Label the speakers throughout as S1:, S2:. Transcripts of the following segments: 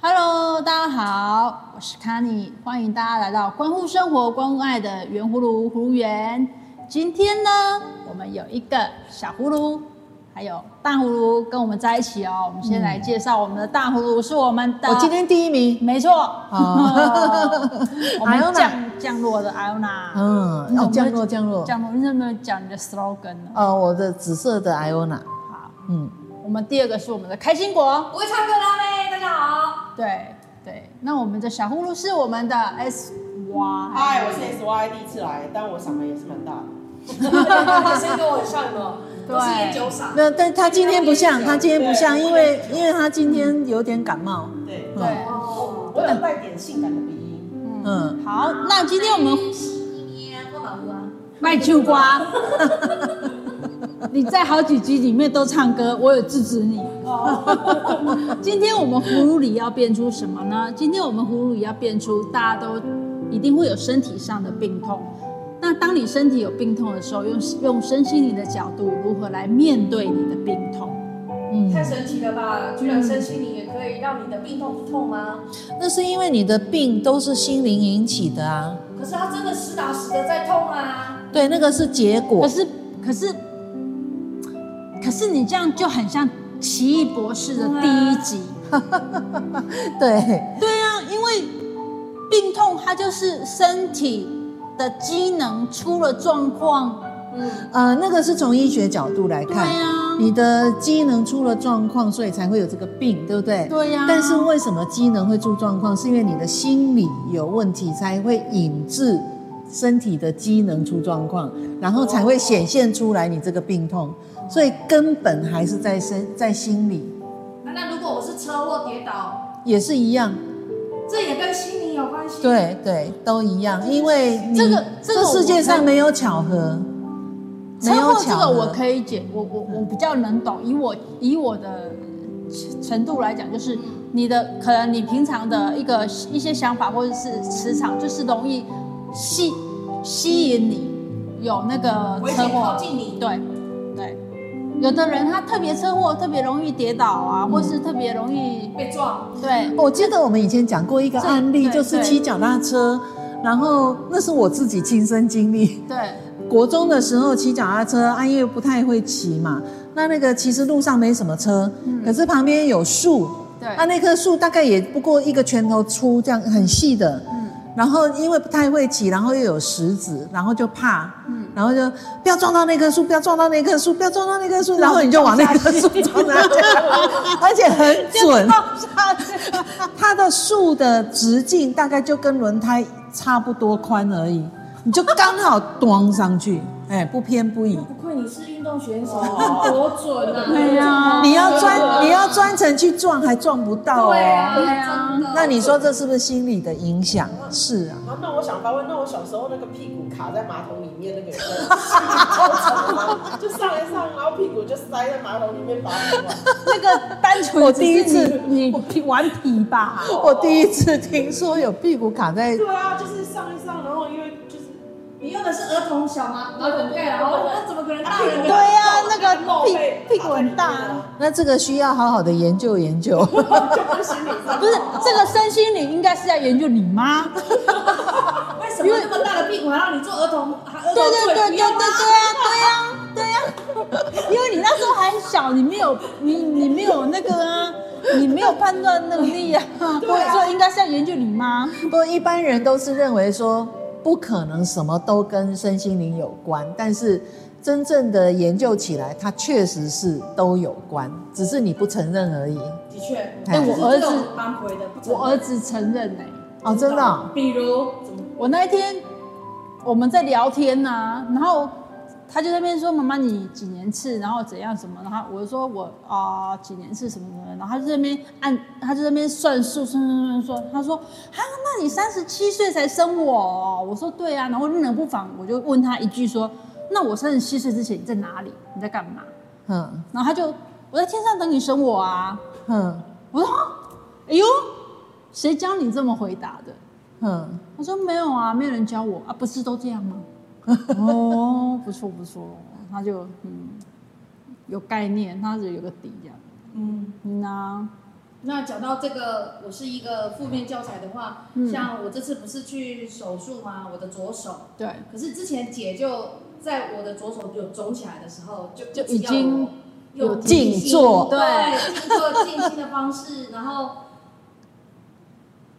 S1: 大家好，我是卡尼，欢迎大家来到关乎生活、关乎爱的圆葫芦葫芦园。今天呢，我们有一个小葫芦，还有大葫芦跟我们在一起哦。我们先来介绍我们的大葫芦，是我们的
S2: 嗯我今天第一名。
S1: 没错，
S2: 哦
S1: 我们
S2: Iona
S1: 降降落的 Iona，
S2: 嗯，
S1: 我
S2: 哦
S1: 们，
S2: 降落降落。
S1: 降落，你有没有讲你的 slogan 呢？
S2: 呃，我的紫色的 Iona，
S1: 好，
S2: 嗯，
S1: 我们第二个是我们的开心果，
S3: 不会唱歌的阿妹，大家好。
S1: 对对，那我们的小呼噜是我们的 S Y，
S4: 嗨，我是 S Y，第一次来，但我嗓门也是蛮大的。
S3: 声音跟我很像的，
S1: 对
S3: 我是烟酒嗓。
S2: 那但他今天不像，他今天不像，
S4: 对
S2: 因为因为他今天有点感冒。
S4: 对，
S1: 对，
S3: 哦，
S4: 我有带点性感的鼻音。
S2: 嗯，
S1: 好，那今天我们
S3: 烟哦我老啊。
S1: 卖秋瓜， 你在好几集里面都唱歌，我有制止你。
S3: 哦
S1: 今天我们葫芦里要变出什么呢？今天我们葫芦里要变出大家都一定会有身体上的病痛。那当你身体有病痛的时候，用用身心灵的角度，如何来面对你的病痛？
S3: 太神奇了吧！居然身心灵也可以让你的病痛不痛吗？
S2: 那是因为你的病都是心灵引起的啊。
S3: 可是它真的实打实的在痛啊！
S2: 对，那个是结
S1: 可
S2: 果。
S1: 是，可是，可是你这样就很像《奇异博士》的第一集。
S2: 对，
S1: 对啊，因为病痛它就是身体的机能出了状况。
S3: 嗯，
S2: 呃，那个是从医学角度来
S1: 对
S2: 看，
S1: 啊，
S2: 你的机能出了状况，所以才会有这个病，对不对？
S1: 对啊呀、
S2: 但是为什么机能会出状况？是因为你的心理有问题，才会引致身体的机能出状况，然后才会显现出来你这个病痛。所以根本还是在身在心里，
S3: 那啊那如果我是车祸跌倒，
S2: 也是一样。
S3: 这也跟心灵有关系。，
S2: 对对，都一样，因为你
S1: 这个这个我
S2: 世界上没有巧合，
S1: 车祸这
S2: 巧
S1: 个
S2: 合
S1: 我可以解，我我我比较能懂，以我以我的程度来讲，就是你的可能你平常的一个一些想法或者是磁场，就是容易吸吸引你有那个
S3: 危
S1: 车
S3: 险靠
S1: 祸，
S3: 近你。
S1: 对对。有的人他特别车祸，特别容易跌倒啊，或是特别容易
S3: 被撞，
S1: 对
S2: 我记得我们以前讲过一个
S1: 这
S2: 案例，
S1: 对
S2: 就是
S1: 对
S2: 骑脚踏车，然后那是我自己亲身经历。
S1: 对
S2: 国中的时候骑脚踏车，啊，因为不太会骑嘛，那那个其实路上没什么车，可是旁边有树，
S1: 对
S2: 啊，那棵树大概也不过一个拳头粗，这样很细的，
S1: 嗯
S2: 然后因为不太会骑，然后又有石子，然后就怕，
S1: 嗯
S2: 然后就不要撞到那棵树，不要撞到那棵树，不要撞到那棵树，然后你就往那棵树撞下去，而且很准，它的树的直径大概就跟轮胎差不多宽而已，你就刚好端上去， 哎，不偏不倚。
S3: 不愧你是运动选手，
S4: 哦
S3: 多准啊！
S1: 对呀
S2: 你要
S3: 啊
S2: 专，你要专程去撞，还撞不到哦。
S3: 对啊，
S1: 哦对啊
S3: 真的
S2: 那你说这是不是心理的影响？是啊，
S4: 那那我想发问，那我小时候那个屁股卡在马桶里面那个人叫什么，就上来上，然后屁股就塞在马桶里面拔出来。
S1: 那个单纯
S2: 我
S1: 只
S2: 第一
S1: 是
S2: 次
S1: 你你皮顽皮吧，
S2: 我第一次听说有屁股卡在
S4: 对啊，就是上一上，然后因为就是
S3: 你用的是儿童小吗？儿童盖啊，我那怎么可能大人
S1: 啊对呀、那个
S4: 后背
S1: 屁屁股很大
S4: 卡在里面啊，
S2: 那这个需要好好的研究研究。
S4: 就不是心理上
S1: 不是这个身心灵应该是要研究你妈，对
S3: 为什么那么大的屁股还让你做儿童？还儿童
S1: 对对对对
S3: 不
S1: 对
S3: 要吗
S1: 啊对呀、对呀、因为你那时候还小，你没有你你没有那个啊，你没有判断能力啊，所以应该是要研究你妈，
S2: 不过一般人都是认为说不可能什么都跟身心灵有关，但是真正的研究起来，它确实是都有关，只是你不承认而已。
S3: 的确，
S2: 哎我
S3: 就是
S1: 儿子
S3: 这种蛮回的，不承认
S1: 我儿子承认哎、
S2: 哦，真的哦、
S3: 比如怎么
S1: 我那一天我们在聊天呐、然后他就在那边说：“妈妈，你几年次？然后怎样什么？”然后我就说我：“啊、几年次什么什么。”然后他就在那边按，他就在那边算数，算算算算。他说：“啊，那你三十七岁才生我、哦？”我说：“对啊。”然后任人不妨，我就问他一句说：“那我三十七岁之前你在哪里？你在干嘛
S2: 嗯？”
S1: 然后他就：“我在天上等你生我啊。
S2: 嗯”
S1: 我说啊：“哎呦，谁教你这么回答的？”
S2: 嗯，
S1: 他说没有啊，没有人教我啊，不是都这样吗？哦，不错不错， 他就嗯有概念，他就有个底这样。
S3: 嗯，
S1: 嗯呐、
S3: 那讲到这个，我是一个负面教材的话，
S1: 嗯
S3: 像我这次不是去手术吗？我的左手，
S1: 对，
S3: 可是之前姐就在我的左手有肿起来的时候，就
S1: 就
S3: 一直
S1: 已
S3: 要
S1: 经
S3: 我用
S1: 有
S2: 静
S3: 心
S2: 坐
S3: 对，静坐静心的方式，然后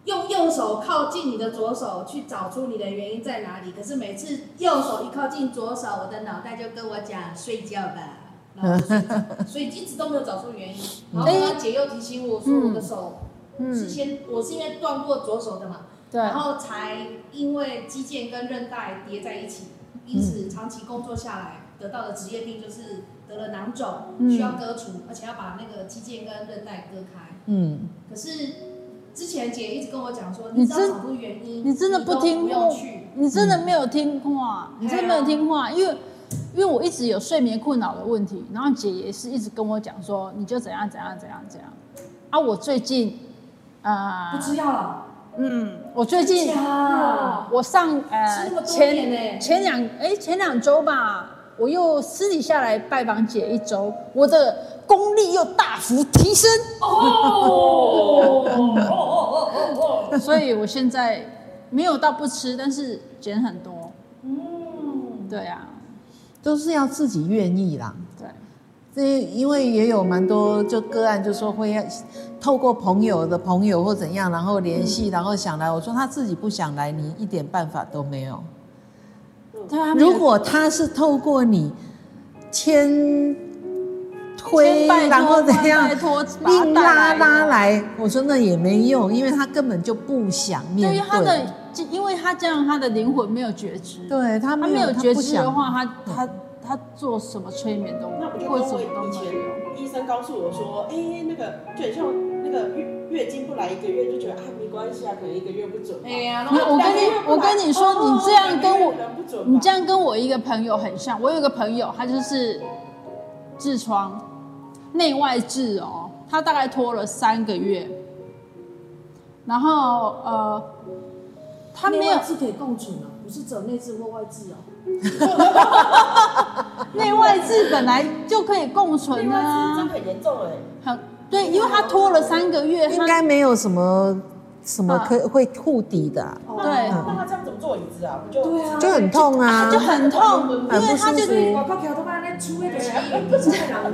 S3: 用右手靠近你的左手去找出你的原因在哪里。可是每次右手一靠近左手，我的脑袋就跟我讲睡觉 吧。然后我就睡着所以一直都没有找出原因，然后刚刚姐又提醒我说我的手是
S1: 嗯，
S3: 先，我是因为断过左手的嘛，
S1: 对
S3: 然，后才因为肌腱跟韧带叠在一起，因此长期工作下来得到的职业病就是得了囊肿，
S1: 嗯
S3: 需要割除，而且要把那个肌腱跟韧带割开。
S2: 嗯，
S3: 可是之前姐一直跟我讲说，
S1: 你
S3: 你知道
S1: 真
S3: 找出原因，
S1: 你真的
S3: 不
S1: 不听
S3: 不
S1: 话
S3: 用去。
S1: 你真的没有听话，你真的没有听话，因为因为我一直有睡眠困扰的问题，然后姐也是一直跟我讲说，你就怎样怎样怎样怎样。啊，我最近啊、
S3: 不吃药了，
S1: 嗯，我最近
S3: 假
S1: 我上
S3: 吃
S1: 呃
S3: 那么多年欸
S1: 前前两哎前两周吧，我又私底下来拜访姐一周，我的功力又大幅提 升，
S3: 哦哦哦哦哦哦，
S1: 所以我现在没有到不吃，但是减很多。
S3: 嗯，
S1: 对啊，
S2: 都是要自己愿意啦。
S1: 对，
S2: 这因为也有蛮多就个案，就说会要透过朋友的朋友或怎样，然后联系，然后想来。我说他自己不想来，你一点办法都没有。
S1: 他
S2: 如果他是透过你牵
S1: 先
S2: 推，
S1: 拜托
S2: 然后怎样
S1: 拜托把他
S2: 硬
S1: 带
S2: 拉
S1: 来
S2: 拉来，我说那也没用，因为他根本就不想面
S1: 对于
S2: 对。
S1: 他的，因为他这样，他的灵魂没有觉知。
S2: 对他
S1: 他嗯
S2: 没
S1: 没有觉
S2: 他不
S1: 知的
S2: 想。
S1: 话，他他他做什么催眠都
S4: 那不就
S1: 或
S4: 跟
S1: 者什
S4: 我
S1: 么都
S4: 以
S1: 没
S4: 前
S1: 有。
S4: 医生告诉我说，哎、那个就很像那个月月经不来一个月就觉得啊没关系啊，可能一个月不准吧。
S3: 哎呀，
S1: 没有我跟你
S4: 两个月不来
S1: 我跟你说
S4: 哦
S1: 你这样跟我
S4: 两个月可能不准吧，
S1: 你这样跟我一个朋友很像，我有一个朋友，他就是痔疮，内外痔哦，他大概拖了三个月，然后呃，他没有
S3: 是可以共存啊，不是只有内置或外置哦。
S1: 内外痔本来就可以共存
S4: 另外是真
S1: 啊
S4: 的，很严重哎、
S1: 很对，因为他拖了三个月，
S2: 应
S1: 他
S2: 该没有什么什
S1: 啊
S2: 么可会护底的啊、
S4: 那
S1: 对
S4: 那他这样怎么坐椅子啊？不就
S3: 对啊
S2: 就很痛啊，
S1: 就很痛，因
S2: 很
S1: 为
S2: 不
S1: 他
S2: 舒
S1: 就
S2: 服。
S3: 我靠，都把那出位 的人不是人了。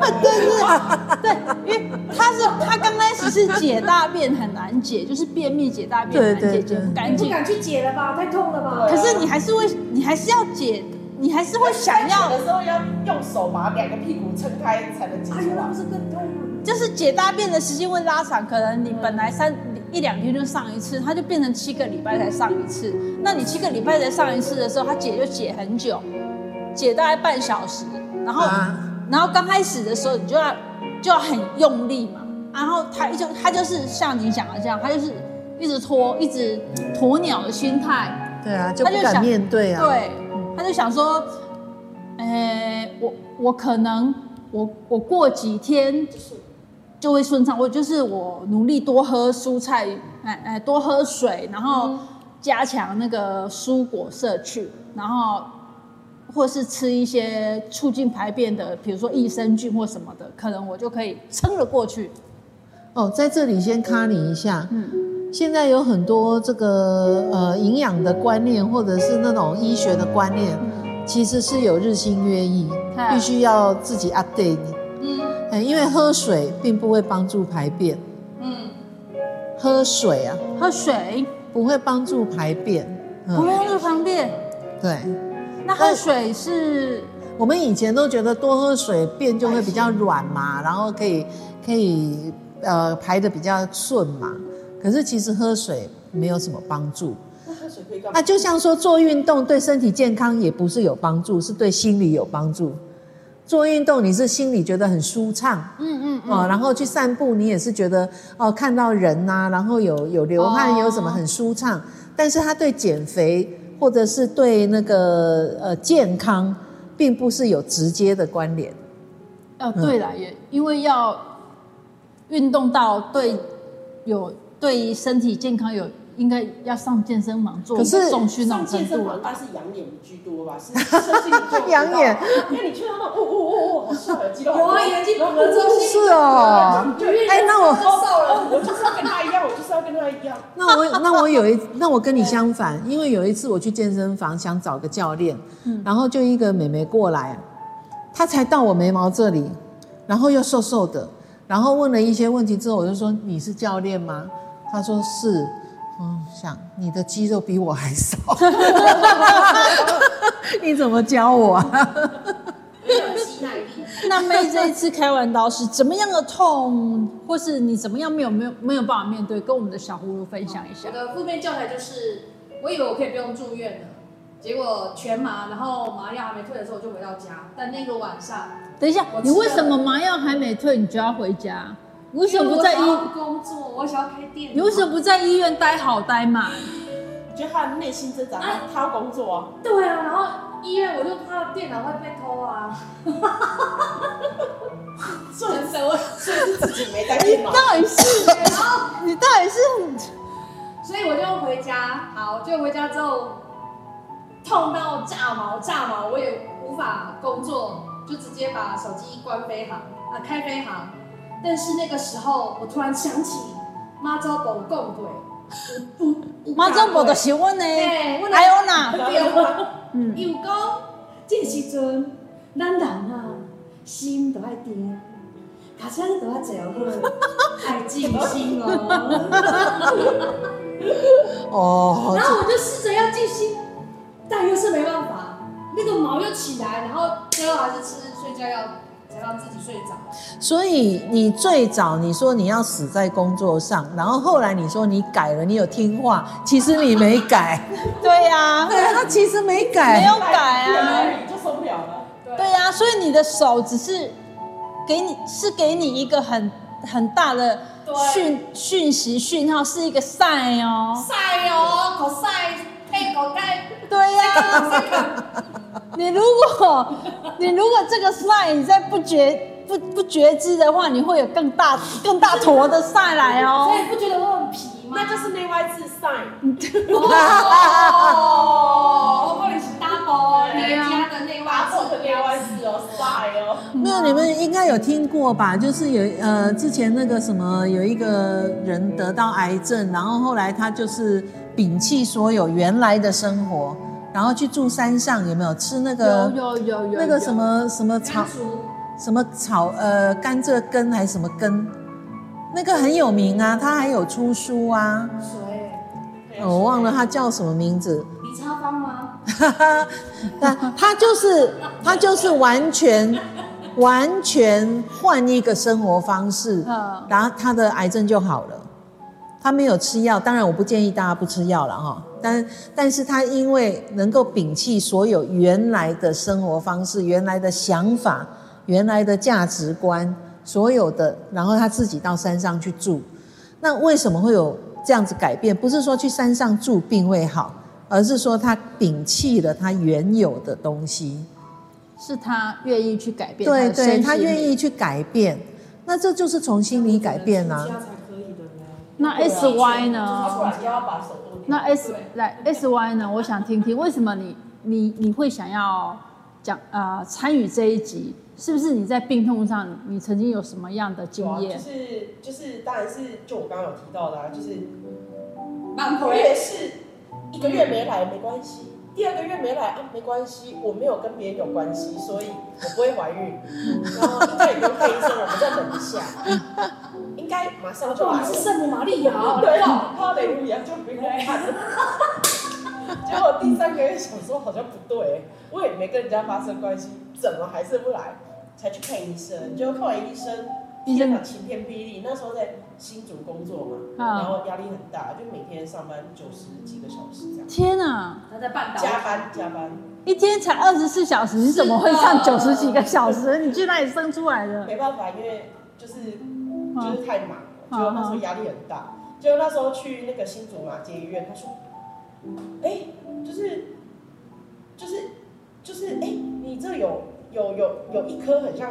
S1: 对，因为他是他刚开始是解大便很难解，就是便秘解大便
S2: 对
S1: 很难解，
S2: 对
S1: 解
S2: 对
S1: 不干
S3: 你不
S1: 净。
S3: 敢去解了吧？太痛了吧？
S4: 对
S1: 可是你还是会，你还是要解，你还是会想
S4: 有
S1: 要，
S4: 的时候要用手把两个屁股撑开才能挤
S3: 哎
S4: 出
S3: 呦，
S4: 来
S3: 那不。是更痛？
S1: 就是解大便的时间会拉长，可能你本来三一两天就上一次，它就变成七个礼拜才上一次。那你七个礼拜才上一次的时候，它解就解很久，解大概半小时，然后、
S2: 啊
S1: 然后刚开始的时候你就要就要很用力嘛，然后他就他就是像你讲的这样，他就是一直拖，一直鸵鸟的心态，
S2: 对啊，就
S1: 他就
S2: 不敢
S1: 想
S2: 面对啊。
S1: 对，他就想说，呃，我我可能我我过几天就会顺畅，我就是我努力多喝蔬菜，哎哎多喝水，然后加强那个蔬果摄取，然后或是吃一些促进排便的，比如说益生菌或什么的，可能我就可以撑了过去。
S2: 哦，在这里先卡你一下。
S1: 嗯，
S2: 现在有很多这个呃营养的观念，或者是那种医学的观念，其实是有日新月异，
S1: 嗨
S2: 必须要自己 update 你。
S3: 嗯
S2: 哎，因为喝水并不会帮助排便，
S3: 嗯，
S2: 喝水啊
S1: 喝水
S2: 不会帮助排便。
S1: 不
S2: 嗯，
S1: 用那么方便，
S2: 对。
S1: 那喝水是
S2: 我们以前都觉得多喝水便就会比较软嘛，然后可以可以呃排的比较顺嘛。可是其实喝水没有什么帮助
S4: 那喝水可以干嘛
S2: 啊，？就像说做运动对身体健康也不是有帮助，是对心理有帮助。做运动你是心里觉得很舒畅啊、
S1: 嗯嗯嗯
S2: 哦然后去散步你也是觉得哦、看到人呐、然后有有流汗
S1: 哦
S2: 有什么很舒畅，但是它对减肥或者是对那个呃健康并不是有直接的关联。
S1: 哦，对了，也因为要运动到对有对身体健康有应该要上健身房做
S2: 可是
S1: 重训那
S4: 上
S1: 种
S4: 健
S1: 程
S4: 身
S1: 度啊了。
S4: 房但是养眼居多吧，是身体做不到
S2: 养眼，
S4: 啊因为你去到那，哦哦哦哦，好帅，有肌肉，
S3: 有啊，眼睛蒙了之后，
S2: 是
S1: 啊
S2: 哦，
S4: 就越
S2: 哎，那我
S3: 瘦了，
S4: 我就是要跟他一样，我就是要跟他一样。
S2: 那我那我有一那我跟你相反，因为有一次我去健身房想找个教练，然后就一个美眉过来，她才到我眉毛这里，然后又瘦瘦的，然后问了一些问题之后，我就说你是教练吗？她说是，嗯，想你的肌肉比我还少， 你怎么教我啊？
S3: 没有吸奶力。
S1: 那 妹这一次开完刀是怎么样的痛，或是你怎么样没有没有没有办法面对，跟我们的小葫芦分享一下
S3: 我。的负面教材就是，我以为我可以不用住院了，结果全麻，然后麻药还没退的时候我就回到家，但那个晚上，
S1: 等一下
S3: 我，知
S1: 你
S3: 道
S1: 为什么麻药还没退，你就要回家？你为什么不在医
S3: 因？为我想要工作，我想要开店，
S1: 你为什么？不在医院待好待满？
S4: 我觉得他的内心挣扎，他他要工作 啊，
S3: 对啊，然后医院我就怕电脑会被偷啊， 真的我，
S4: 自己没在电脑。
S1: 到底是
S3: 然后。
S1: 你到底是
S3: 所以我就回家，好，就回家之后痛到炸毛炸毛，我也无法工作，就直接把手机关飞行啊、开飞行。但是那个时候，我突然想起妈祖宝共鬼，有有
S1: 妈祖婆的是欸我呢？
S3: 哎我呢
S1: 还有 哪？
S3: 对，
S1: 嗯，
S3: 又讲这时阵，咱人啊，心都爱定，卡车都要坐好，爱静心哦。
S2: 哦
S3: 然，后我就试着要静心，但又是没办法，那个毛又起来，然后最后还是吃睡觉药才让自己睡着。
S2: 所以你最早你说你要死在工作上，然后后来你说你改了，你有听话，其实你没改。
S1: 对啊呀，
S2: 对，他其实没改，
S1: 没有改啊，，
S4: 哎就受不了了。
S1: 对呀，所以你的手只是给你是给你一个很很大的
S3: 对
S1: 讯讯息讯号，是一个 sign 哦。
S3: 晒哦，口晒，配口盖，
S1: 对呀、你如果你如果这个赛你再不觉不不觉知的话，你会有更大更大坨的赛来
S3: 所
S1: 哦。
S3: 以不觉得我很皮 吗？
S4: 那就是内外自上，
S3: 哦，我帮你是 double，你家的内
S4: 打
S3: 外
S4: 破的
S3: 指
S4: 内
S3: 标
S4: 外自哦，帅哦。
S2: 没有，你们应该有听过吧？就是有呃，之前那个什么，有一个人得到癌症，然后后来他就是摒弃所有原来的生活，然后去住山上，有没有吃那个
S1: 有有有有
S2: 那个什么什么草
S3: 甘薯
S2: 什么草呃甘蔗根还是什么根？那个很有名啊，他还有出书啊，
S3: 水，
S2: 呃我忘了他叫什么名字。
S3: 李超芳吗？
S2: 那他就是他就是完全完全换一个生活方式
S1: 嗯，
S2: 然后他的癌症就好了。他没有吃药，当然我不建议大家不吃药了哈。但但是他因为能够摒弃所有原来的生活方式、原来的想法、原来的价值观，所有的，然后他自己到山上去住。那为什么会有这样子改变？不是说去山上住病会好，而是说他摒弃了他原有的东西。
S1: 是他愿意去改变，
S2: 对对，他愿
S1: 意。
S2: 意去改变，那这就是从心里改变啊。
S4: 才可以的呢。
S1: 那 S Y
S4: 他啊不
S1: 呢？
S4: 然就要把手剁掉。
S1: 那 S 来 S Y 呢？我想听听为什么你你你会想要讲啊、呃参与这一集？是不是你在病痛上你曾经有什么样的经
S4: 有啊
S1: 验？嗯
S4: 就是就是，当然是就我刚刚有提到的，啊，就是
S3: 满
S4: 我
S3: 回
S4: 也是一个月没来没关系，第二个月没来啊没关系，我没有跟别人有关系，所以我不会怀孕。 然后这也不用看医生，我们再等一下，应该马上就
S3: 哇，
S4: 来
S3: 你
S4: 了
S3: 是。圣母玛利亚哦，
S4: 对，
S3: 哇
S4: 哈雷路亚就不用看了。结果第三个月想说好像不对，我也没跟人家发生关系，怎么还是不来？才去看医生，结果看完医生，
S1: 医生
S4: 天哪晴天霹雳。那时候在新竹工作嘛，
S1: 啊
S4: 然后压力很大，就每天上班九十几个小时这样，
S1: 天啊！
S3: 他在半岛
S4: 加班加班，
S1: 一天才二十四小时，你怎么会上九十几个小时？你去哪里生出来的？
S4: 没办法，因为就是 就是太忙了，
S1: 啊
S4: 结果那时候压力很大。结果那时候去那个新竹马街医院，他说：“哎、就是就是就是哎、你这有有有有一颗很像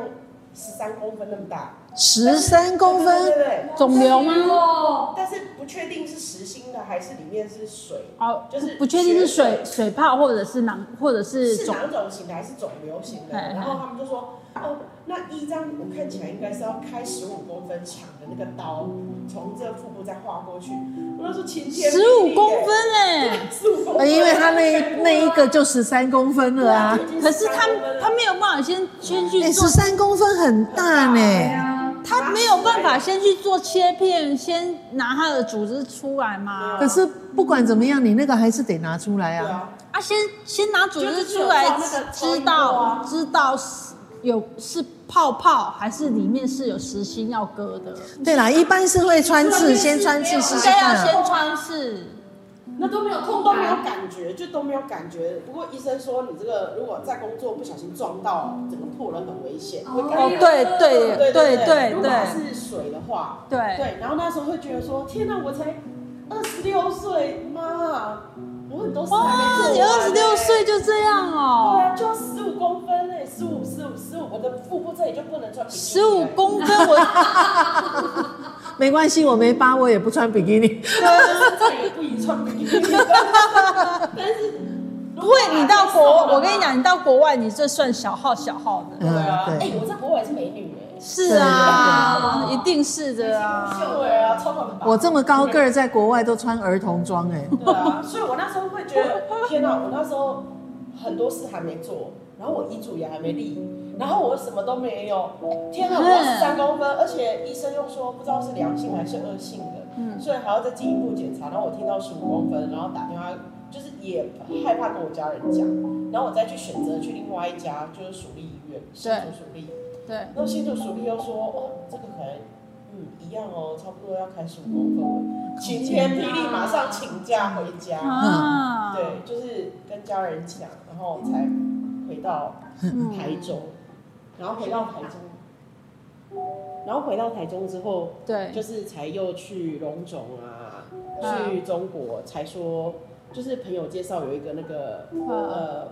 S4: 十三公分那么大，
S2: 十三公
S4: 对
S2: 分，
S4: 对对对，
S1: 肿瘤吗？
S3: 哦，
S4: 但是不确定是实心的还是里面是水，
S1: 哦，
S4: 就是
S1: 不确定是
S4: 血
S1: 水水泡或者是囊或者是
S4: 是
S1: 肿
S4: 哪种型的还是肿瘤型的？
S1: 哎哎
S4: 然后他们就说，哦，那一张我看起来应该是要开十五公分长的那个刀，从这腹部再划过去。我那时候晴天
S1: 十五公分哎、
S4: 十五公
S2: 呃
S4: 分，
S2: 因为它那那一个就十三公分了啊，
S1: 可是他他没有办法先先去
S2: 哎，
S1: 做
S2: 十，三公分很大
S3: 对
S2: 呢，
S3: 啊，
S1: 他没有办法先去做切片，先拿他的组织出来嘛。
S2: 可是不管怎么样，你那个还是得拿出来
S4: 对
S2: 啊。
S4: 啊，
S1: 啊，先先拿组织出
S4: 就
S1: 来
S4: 是只有照那个，超音
S1: 知
S4: 波啊
S1: 道知道是有是泡泡还是里面是有实心要割的，
S2: 对啦，一般是会穿刺，先穿刺试
S1: 应
S2: 试
S1: 该要
S2: 看啊。
S1: 先穿刺。
S3: 那都没有
S4: 都
S3: 痛
S4: 都没有
S3: 感，
S4: 感觉，就都没有感觉。不过医生说你这个如果在工作不小心撞到，整个破了很危险，会感
S1: 哦
S4: 染。，
S1: 对对
S4: 对
S1: 对
S4: 对，如
S1: 对
S4: 果它
S1: 对
S4: 是水的话，
S1: 对，
S4: 对，然后那时候会觉得说，天哪，我才二十六岁，妈，我很多事还没
S1: 哇，
S4: 做
S1: 你
S4: 完
S1: 二十六
S4: 欸
S1: 岁就这样
S4: 对
S1: 哦。
S4: 啊，就十五公分哎、十五十五十五，我的腹部这里就不能穿比基尼
S1: 十五
S4: 了
S1: 公分， 我
S2: 没关系，我没疤，我也不穿比基尼。
S4: 再也不宜穿比基 尼了。但是如
S1: 不
S4: 果
S1: 会，你到国，我跟你，讲，你到国外，你这算小号小号的。
S4: 对啊，
S2: 嗯
S4: 哎、
S2: 对
S4: 我在国外也是美女哎、
S1: 是啊，一定是的啊。
S4: 对啊，超棒的吧？
S2: 我这么高个儿，在国外都穿儿童装哎、
S4: 对啊，所以我那时候会觉得，天哪，我那时候很多事还没做，然后我医嘱也还没立，然后我什么都没有，天哪，我要十三公分，而且医生又说不知道是良性还是恶性的，
S1: 嗯
S4: 所以还要再进一步检查。然后我听到十五公分，然后打电话，就是也害怕跟我家人讲，然后我再去选择去另外一家就是属立医院，新竹属立。
S1: 对，
S4: 然后新竹属立又说，哦，这个可能，嗯，一样哦，差不多要开十五公分了。晴天霹雳，马上请假回家。
S1: 啊，
S4: 对，就是跟家人讲，然后才回到
S1: 嗯
S4: 台中，然后回到台中，
S1: 嗯
S4: 然后回到台中之后，就
S1: 对，
S4: 是才又去龙总啊，
S1: 嗯
S4: 去中国，才说就是朋友介绍有一个那个
S1: 呃，
S4: 呃，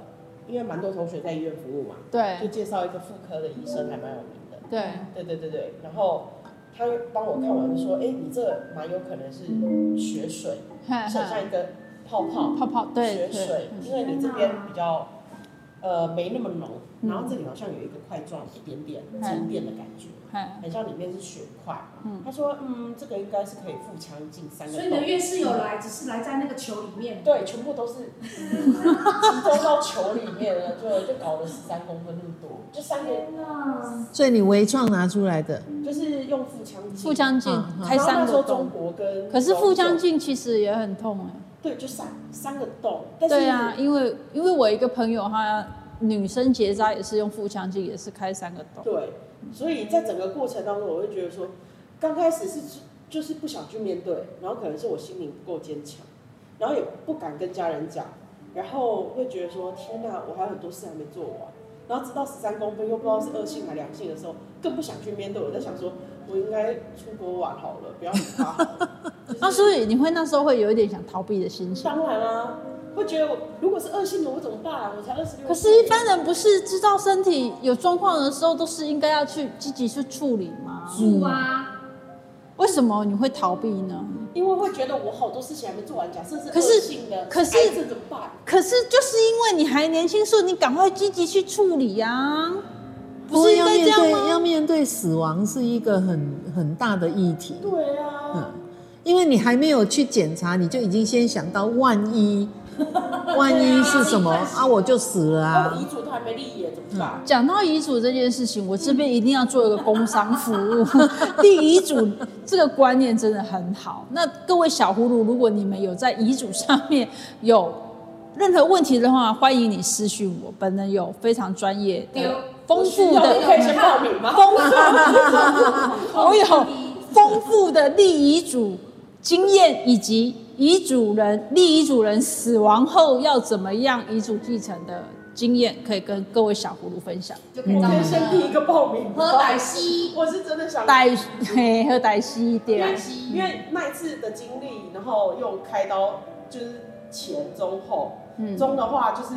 S4: 因为蛮多同学在医院服务嘛，就
S1: 对
S4: 介绍一个妇科的医生，还蛮有名的。
S1: 对，
S4: 对对对对，然后他帮我看完说，哎，你这蛮有可能是血水，
S1: 嘿
S4: 想
S1: 嘿
S4: 像一个泡泡。
S1: 泡泡，嗯对嗯
S4: 血水
S1: 对，，
S4: 因为你这边比较呃没那么浓，
S1: 嗯
S4: 然后这里好像有一个块状一点点沉淀的感觉，
S1: 嘿，
S4: 很像里面是血块。
S1: 嗯
S4: 他说嗯，这个应该是可以腹腔镜三个
S3: 所以你的
S4: 洞。
S3: 月事有来，只是来在那个球里面，
S4: 对，全部都是集中到球里面了，就 就搞了十三公分那么多，就三个，
S3: 啊，
S2: 所以你微创拿出来的，
S4: 就是用腹腔镜。
S1: 腹腔镜
S2: 嗯嗯
S1: 开
S4: 然后
S1: 三
S4: 那时候
S1: 个
S4: 中
S1: 洞，
S4: 国跟
S1: 可是腹腔
S4: 中
S1: 镜其实也很痛
S4: 国对，就三三个洞，
S1: 哎。
S4: 但是
S1: 对啊，因为因为我一个朋友她女生结扎也是用腹腔镜，也是开三个洞。
S4: 对，所以在整个过程当中，我会觉得说，刚开始是就是不想去面对，然后可能是我心灵不够坚强，然后也不敢跟家人讲，然后会觉得说，天哪，我还有很多事还没做完。然后直到十三公分又不知道是恶性还良性的时候，更不想去面对。我在想说，我应该出国玩好了，不要理他好 了。
S1: 那所以你会那时候会有一点想逃避的心情。
S4: 当然啦、会觉得我如果是恶性的，我怎么办？我才二十六。
S1: 可是，一般人不是知道身体有状况的时候，都是应该要去积极去处理吗？
S3: 住啊，
S1: 为什么你会逃避呢？
S4: 因为会觉得我好多事情还没做完，假设是
S1: 可
S4: 恶
S1: 是
S4: 性的，
S1: 可是
S4: 癌症怎么办？
S1: 可是就是因为你还年轻，所以你赶快积极去处理啊！不是应
S2: 要
S1: 该
S2: 面
S1: 这样
S2: 对
S1: 吗？
S2: 要面对死亡是一个很很大的议题，
S4: 对啊。
S1: 嗯
S2: 因为你还没有去检查，你就已经先想到万一，万一是什么啊，我就死了
S4: 那我
S2: 啊。
S4: 遗嘱都还没立耶，怎么办？
S1: 讲到遗嘱这件事情，我这边一定要做一个工商服 务。立遗 嘱这个观念真的很好。那各位小葫芦，如果你们有在遗嘱上面有任何问题的话，欢迎你私讯我，本人有非常专业的
S3: 有、
S1: 丰富
S4: 我需要可以
S1: 的、
S4: 先报名吗？
S1: 丰富，
S2: 哎
S1: 我有丰富的立遗嘱经验以及遗嘱人立遗嘱人死亡后要怎么样遗嘱继承的经验，可以跟各位小葫芦分享。
S3: 就可以
S4: 我
S3: 到
S4: 可以先第一个报名吗。
S3: 喝奶昔，
S4: 我是真的想，
S1: 带嘿和带西一点
S3: 奶，昔，
S4: 因为那一次的经历，然后又开刀，就是前中后，
S1: 嗯
S4: 中的话就是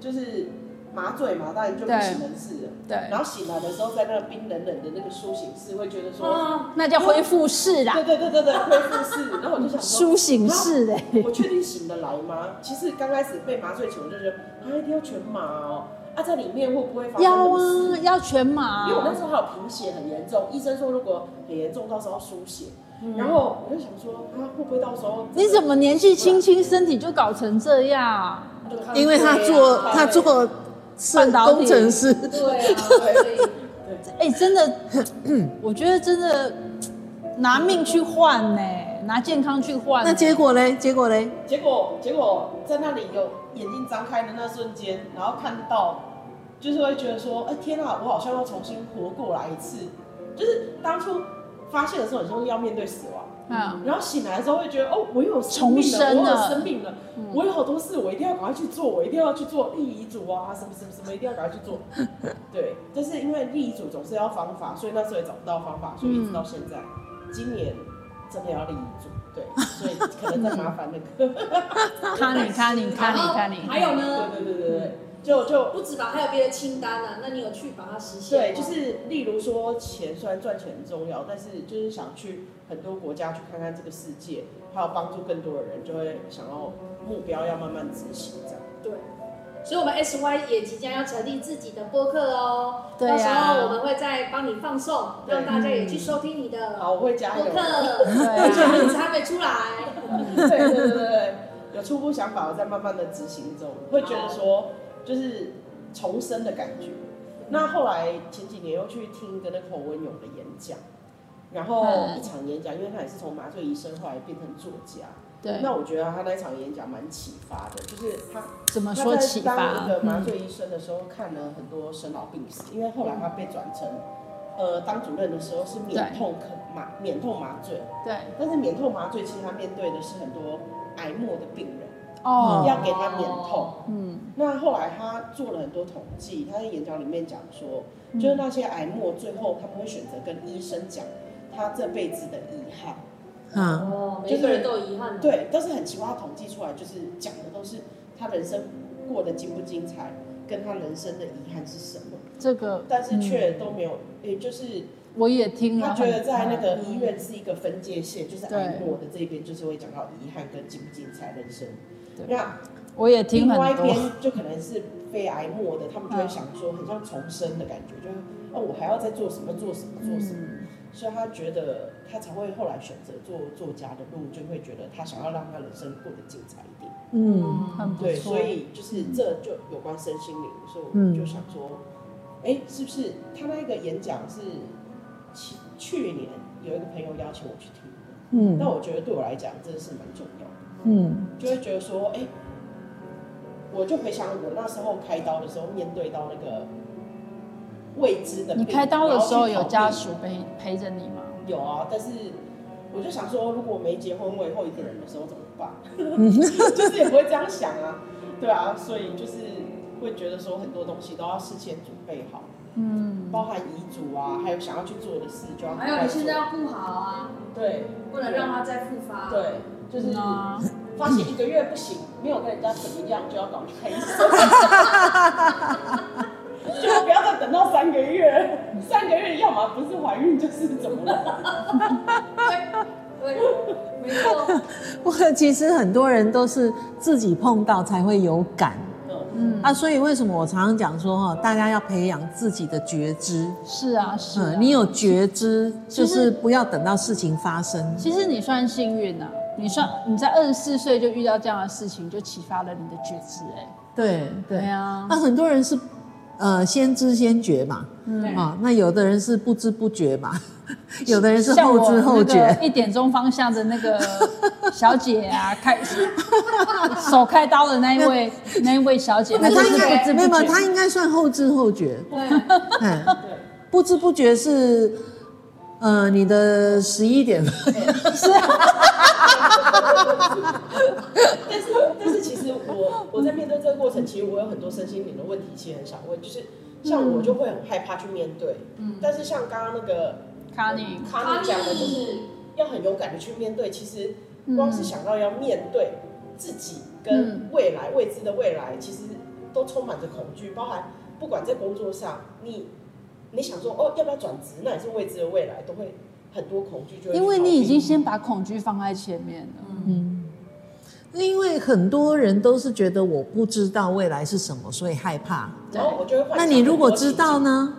S4: 就是麻醉嘛，当然就不
S1: 对
S4: 省人事了。
S1: 对
S4: 然，后醒来的时候，在那个冰冷冷的那个苏醒室，会觉得说，
S1: 哦
S3: 啊，
S1: 那叫恢复室啦
S4: 对，对对对对，恢复室。然后我就想说，
S1: 苏醒室嘞。
S4: 我确定醒得来吗？其实刚开始被麻醉球就觉得，啊，一定要全麻哦，啊，在里面会不会发生
S1: 要
S4: 什么
S1: 啊
S4: 事？，
S1: 要全麻
S4: 因为我那时候还有贫血很严重，医生说如果很严重，到时候要输血。然后我就想说，啊，会不会到时
S1: 嗯
S4: 候
S1: 你怎么年纪轻轻身体就搞成这样？
S2: 因为他做他做是
S1: 啊半导体
S2: 工程师，
S3: 对啊，所以
S1: 哎、真 的，我觉得真的拿命去换呢、拿健康去换、
S2: 那结果嘞？结果嘞？
S4: 结果结果在那里有眼睛张开的那瞬间，然后看到，就是会觉得说，哎、天啊，我好像要重新活过来一次。就是当初发现的时候，你就要面对死亡。
S1: 嗯，
S4: 然后醒来的时候会觉得，哦，我有生
S1: 重
S4: 命了，
S1: 生
S4: 我有
S1: 了嗯
S4: 生命了，我有好多事，我一定要赶快去做，我一定要去做立遗嘱啊，什么什么什么，一定要赶快去做。 对，但是因为立遗嘱总是要方法，所以那时候也找不到方法，所以
S1: 嗯
S4: 一直到现在，今年真的要立遗嘱，对， 所以可能再麻烦那个。
S1: 看你看你看
S3: 然
S1: 你
S3: 后
S1: 看你，
S3: 还有呢，
S4: 对对对对对，就就
S3: 不止吧，还有别的清单啊，那你有去把它实现吗？
S4: 对，
S2: 啊
S4: 就是例如说钱，虽然赚钱很重要，但是就是想去很多国家去看看这个世界，还有帮助更多的人，就会想要目标要慢慢执行这样。
S3: 对，所以我们 SY 也即将要成立自己的播客哦。
S1: 对
S3: 到
S1: 啊
S3: 时候我们会再帮你放送，
S4: 对
S3: 让大家也去收听你的
S4: 好，我会加
S3: 播
S4: 油。
S3: 客。
S1: 对啊
S3: 这名字还没出来，
S4: 对对对对对，有初步想法，我在慢慢的执行中，会觉得说就是重生的感觉。那后来前几年又去听一个那个侯文勇的演讲，然后
S1: 嗯
S4: 一场演讲，因为他也是从麻醉医生后来变成作家。
S1: 对，
S4: 那我觉得他那一场演讲蛮启发的，就是他
S1: 怎么
S4: 他
S1: 说
S4: 在
S1: 启
S4: 当一
S1: 发？嗯
S4: 个麻醉医生的时候，看了很多生老病死，因为后来他被转成呃当主任的时候是免
S1: 对
S4: 痛可麻免痛麻醉，
S1: 对，
S4: 但是免痛麻醉其实他面对的是很多癌末的病人，
S1: 哦，
S4: 要给他免痛。
S1: 嗯，
S4: 那后来他做了很多统计，他在演讲里面讲说，
S1: 嗯
S4: 就是那些癌末最后他们会选择跟医生讲他这辈子的遗憾。
S2: 嗯，
S3: 哦，
S4: 每
S3: 每
S4: 个
S3: 个
S4: 人
S3: 人都有遗憾。
S4: 对，但是很奇怪，他统计出来就是讲的都是他人生过得精不精彩，跟他人生的遗憾是什么，
S1: 这个嗯
S4: 但是却都没有，也就是
S1: 我也听了
S4: 他
S1: 嗯很，嗯
S4: 觉得在那个医院是一个分界线，就是
S1: 对
S4: 癌末的这边就是会讲到遗憾跟精不精彩人生
S1: 对，
S4: 那
S1: 嗯我也听
S4: 另外
S1: 很
S4: 一
S1: 多
S4: 边，就可能是肺癌末的，他们就会想说很像重生的感觉，就是哦我还要再做什么做什么做什么，
S1: 嗯，
S4: 所以他觉得他才会后来选择做作家的路，就会觉得他想要让他人生过得精彩一点。
S2: 嗯，
S1: 很不
S4: 对，
S1: 错嗯
S4: 所，以就是这就有关身心灵，所以
S2: 嗯
S4: 我就想说，哎、是不是他那个演讲是去去年有一个朋友邀请我去听的，
S2: 嗯
S4: 那我觉得对我来讲真的是蛮重要的，
S2: 嗯，
S4: 就会觉得说，哎、我就回想我那时候开刀的时候面对到那个未知的病，
S1: 你开刀的时候
S4: 然后
S1: 有
S4: 去
S1: 家
S4: 逃避
S1: 属陪陪着你吗？
S4: 有啊，但是我就想说，如果没结婚，我以后一个人的时候怎么办？ 就是也不会这样想啊，对啊，所以就是会觉得说很多东西都要事先准备好，
S1: 嗯，
S4: 包含遗嘱啊，还有想要去做的事就要赶快
S3: 还有
S4: 做。
S3: 你现在要顾好啊，
S4: 对
S3: 不能让嗯它再复发。，
S4: 对，就是
S1: 啊，
S4: 发现一个月不行，没有跟人家怎么样，就要赶快去看医生。就不要再等到三个月，三个月要么不是怀孕就是怎么了。
S3: 对，没错。
S2: 不过其实很多人都是自己碰到才会有感
S4: 嗯
S1: 嗯，
S2: 啊，所以为什么我常常讲说哈，大家要培养自己的觉知，
S1: 是啊，是啊
S2: 嗯，，你有觉知，
S1: 其
S2: 就
S1: 实
S2: 是不要等到事情发生，
S1: 其实你算幸运啊，你算你在二十四岁就遇到这样的事情，就启发了你的觉知、哎，
S2: 对对
S1: 啊
S2: 那，很多人是呃先知先觉嘛，
S1: 嗯
S3: 对
S2: 啊，那有的人是不知不觉嘛，有的人是
S1: 像
S2: 后
S1: 我
S2: 知后
S1: 那
S2: 觉
S1: 个，一点钟方向的那 个小姐啊，开手开刀的那一 位那一位小姐，
S2: 那
S1: 她
S2: 他
S1: 就
S2: 应
S1: 是不
S2: 该
S1: 知
S2: 没
S1: 不
S2: 有，没有
S1: 觉
S2: 他应该算后知后觉，
S3: 对，
S2: 嗯，
S4: 对。
S2: 不知不觉是呃你的十一点，
S1: 啊
S4: 但是但是其实我我在面对这个过程，其实我有很多身心灵的问题，其实很想问，就是像我就会很害怕去面对，嗯，但是像刚刚那个
S1: 卡尼，
S4: 卡尼讲的，就是要很勇敢的去面对，其实
S1: 嗯
S4: 光是想到要面对自己跟未来未知的未来，其实都充满着恐惧，包含不管在工作上，你你想说哦要不要转职，那也是未知的未来，都会很多恐惧就会去逃避。
S1: 因为你已经先把恐惧放在前面了。
S2: 因为很多人都是觉得我不知道未来是什么，所以害怕。
S4: 然后我就会幻
S2: 那
S4: 想
S2: 你如果
S4: 很多
S2: 知道呢？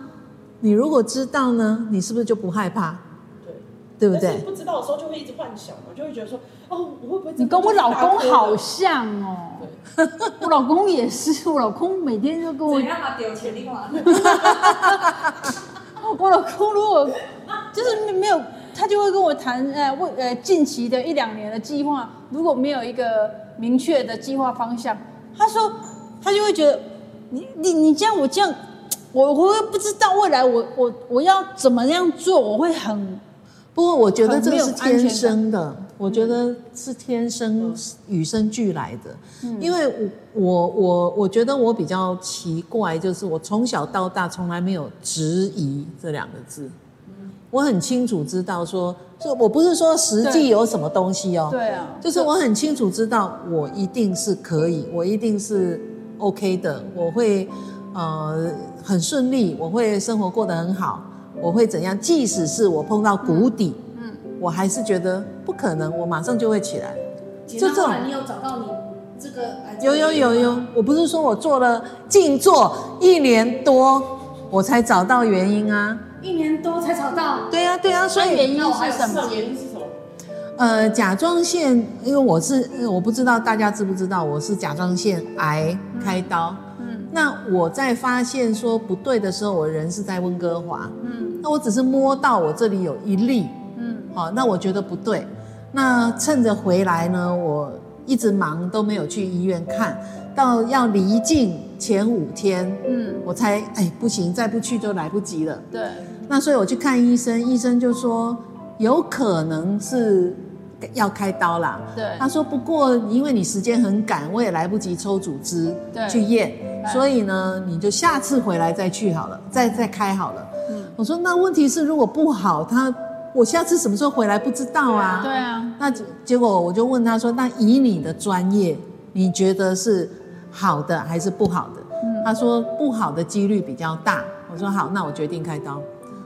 S2: 你如果知道呢？你是不是就不害怕？
S4: 情景，
S2: 对
S4: 对
S2: 不
S4: 但是
S2: 对？
S4: 不知道的时候就会一直幻想嘛，就会觉得说哦我会不会
S1: 你跟我老公好
S4: 像
S1: 像哦， 我老公也是，我老公每天都跟我
S3: 怎，样嘛丢钱你嘛，
S1: 我老公如果就是没有，他就会跟我谈呃未呃近期的一两年的计划，如果没有一个明确的计划方向，他说他就会觉得你你你这样我这样，我我会不知道未来我我我要怎么样做，我会很
S2: 不过我觉得这
S1: 很没
S2: 个是
S1: 有安全
S2: 天
S1: 感
S2: 生的，我觉得是天生与生俱来的。因为我我我我觉得我比较奇怪，就是我从小到大从来没有质疑这两个字。我很清楚知道说，就我不是说实际
S1: 对
S2: 有什么东西哦，
S1: 对啊，
S2: 就是我很清楚知道，我一定是可以，我一定是 OK 的，我会呃很顺利，我会生活过得很好，我会怎样？即使是我碰到谷底，
S1: 嗯，
S2: 我还是觉得不可能，我马上就会起来。
S3: 就这种你有找到你这个哎
S2: 有有有有，我不是说我做了静坐一年多，我才找到原因啊。
S3: 一年多才找到，
S2: 对呀、啊、对呀、啊，所
S1: 那
S2: 以
S1: 原因
S3: 那我还
S1: 是
S3: 有
S1: 什
S4: 那
S1: 么？
S4: 原因是什么？
S2: 呃，甲状腺，因为我是呃我不知道大家知不知道，我是甲状腺癌开刀。
S1: 嗯
S2: 那我在发现说不对的时候，我人是在温哥华，
S1: 嗯
S2: 那我只是摸到我这里有一粒，
S1: 嗯
S2: 好、那我觉得不对。那趁着回来呢，我一直忙都没有去医院看，到要离境前五天，
S1: 嗯，
S2: 我才哎不行，再不去就来不及了。
S1: 对，
S2: 那所以我去看医生，医生就说有可能是要开刀啦。
S1: 对
S2: 他说不过因为你时间很赶，我也来不及抽组织
S1: 对
S2: 去验，
S1: 对
S2: 所以呢你就下次回来再去好了，再再开好了。
S1: 嗯
S2: 我说那问题是如果不好，他我下次什么时候回来不知道啊？
S1: 对啊，
S2: 那结结果我就问他说：“那以你的专业，你觉得是好的还是不好的？”他说：“不好的几率比较大。”我说：“好，那我决定开刀。”